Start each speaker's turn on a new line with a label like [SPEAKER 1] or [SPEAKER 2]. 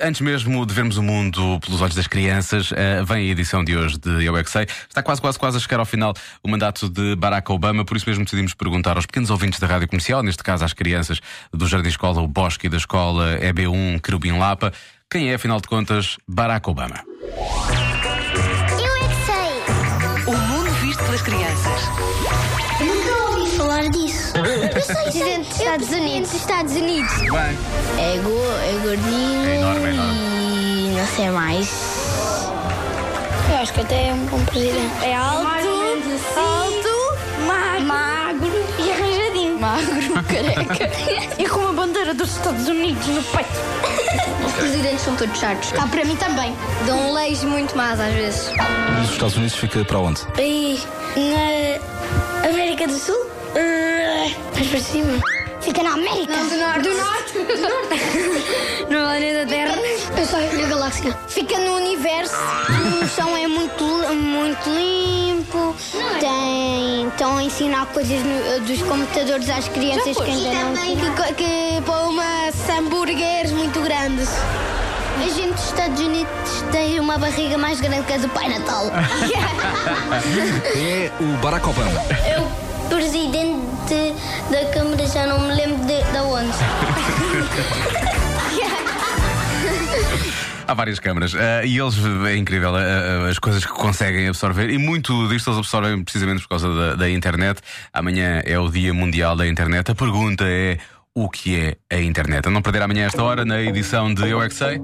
[SPEAKER 1] Antes mesmo de vermos o mundo pelos olhos das crianças, eh, vem a edição de hoje de Eu é que sei. Está quase, quase, quase a chegar ao final o mandato de Barack Obama, por isso mesmo decidimos perguntar aos pequenos ouvintes da rádio comercial, neste caso às crianças do Jardim Escola, o Bosque e da Escola EB1 Querubim Lapa, quem é, afinal de contas, Barack Obama.
[SPEAKER 2] Eu é que sei.
[SPEAKER 3] O mundo visto pelas crianças.
[SPEAKER 2] Nunca ouvi falar disso. Presidente é dos Estados Unidos. dos Estados Unidos.
[SPEAKER 1] Bem,
[SPEAKER 2] É, go, é gordinho.
[SPEAKER 1] É enorme, é enorme.
[SPEAKER 2] E não sei mais. Eu acho que até é um bom presidente. É alto, alto, magro. assim. magro e arranjadinho. Magro, careca. e com uma bandeira dos Estados Unidos no peito. Os presidentes são todos chatos. Ah, para mim também. Dão um leis muito más às vezes.
[SPEAKER 4] Os Estados Unidos fica para onde?
[SPEAKER 2] E na América do Sul? Mais para cima. Fica na América do Norte. Do Norte. no planeta Terra. Eu só na galáxia. Fica no universo. o chão é muito, muito limpo. Tem, estão a ensinar coisas no- dos computadores às crianças que ainda não também que, que põe umas hambúrgueres muito grandes. A gente dos Estados Unidos tem uma barriga mais grande que a do Pai Natal.
[SPEAKER 4] É o Barack Obama.
[SPEAKER 2] É o presidente da Câmara, já não me lembro de, de onde.
[SPEAKER 1] Há várias câmaras eh, e eles, eh, é incrível eh, eh, as coisas que conseguem absorver e muito disto eles absorvem precisamente por causa da, da internet. Amanhã é o Dia Mundial da Internet. A pergunta é: o que é a internet? A não perder amanhã esta hora na edição de Eu é Que Sei.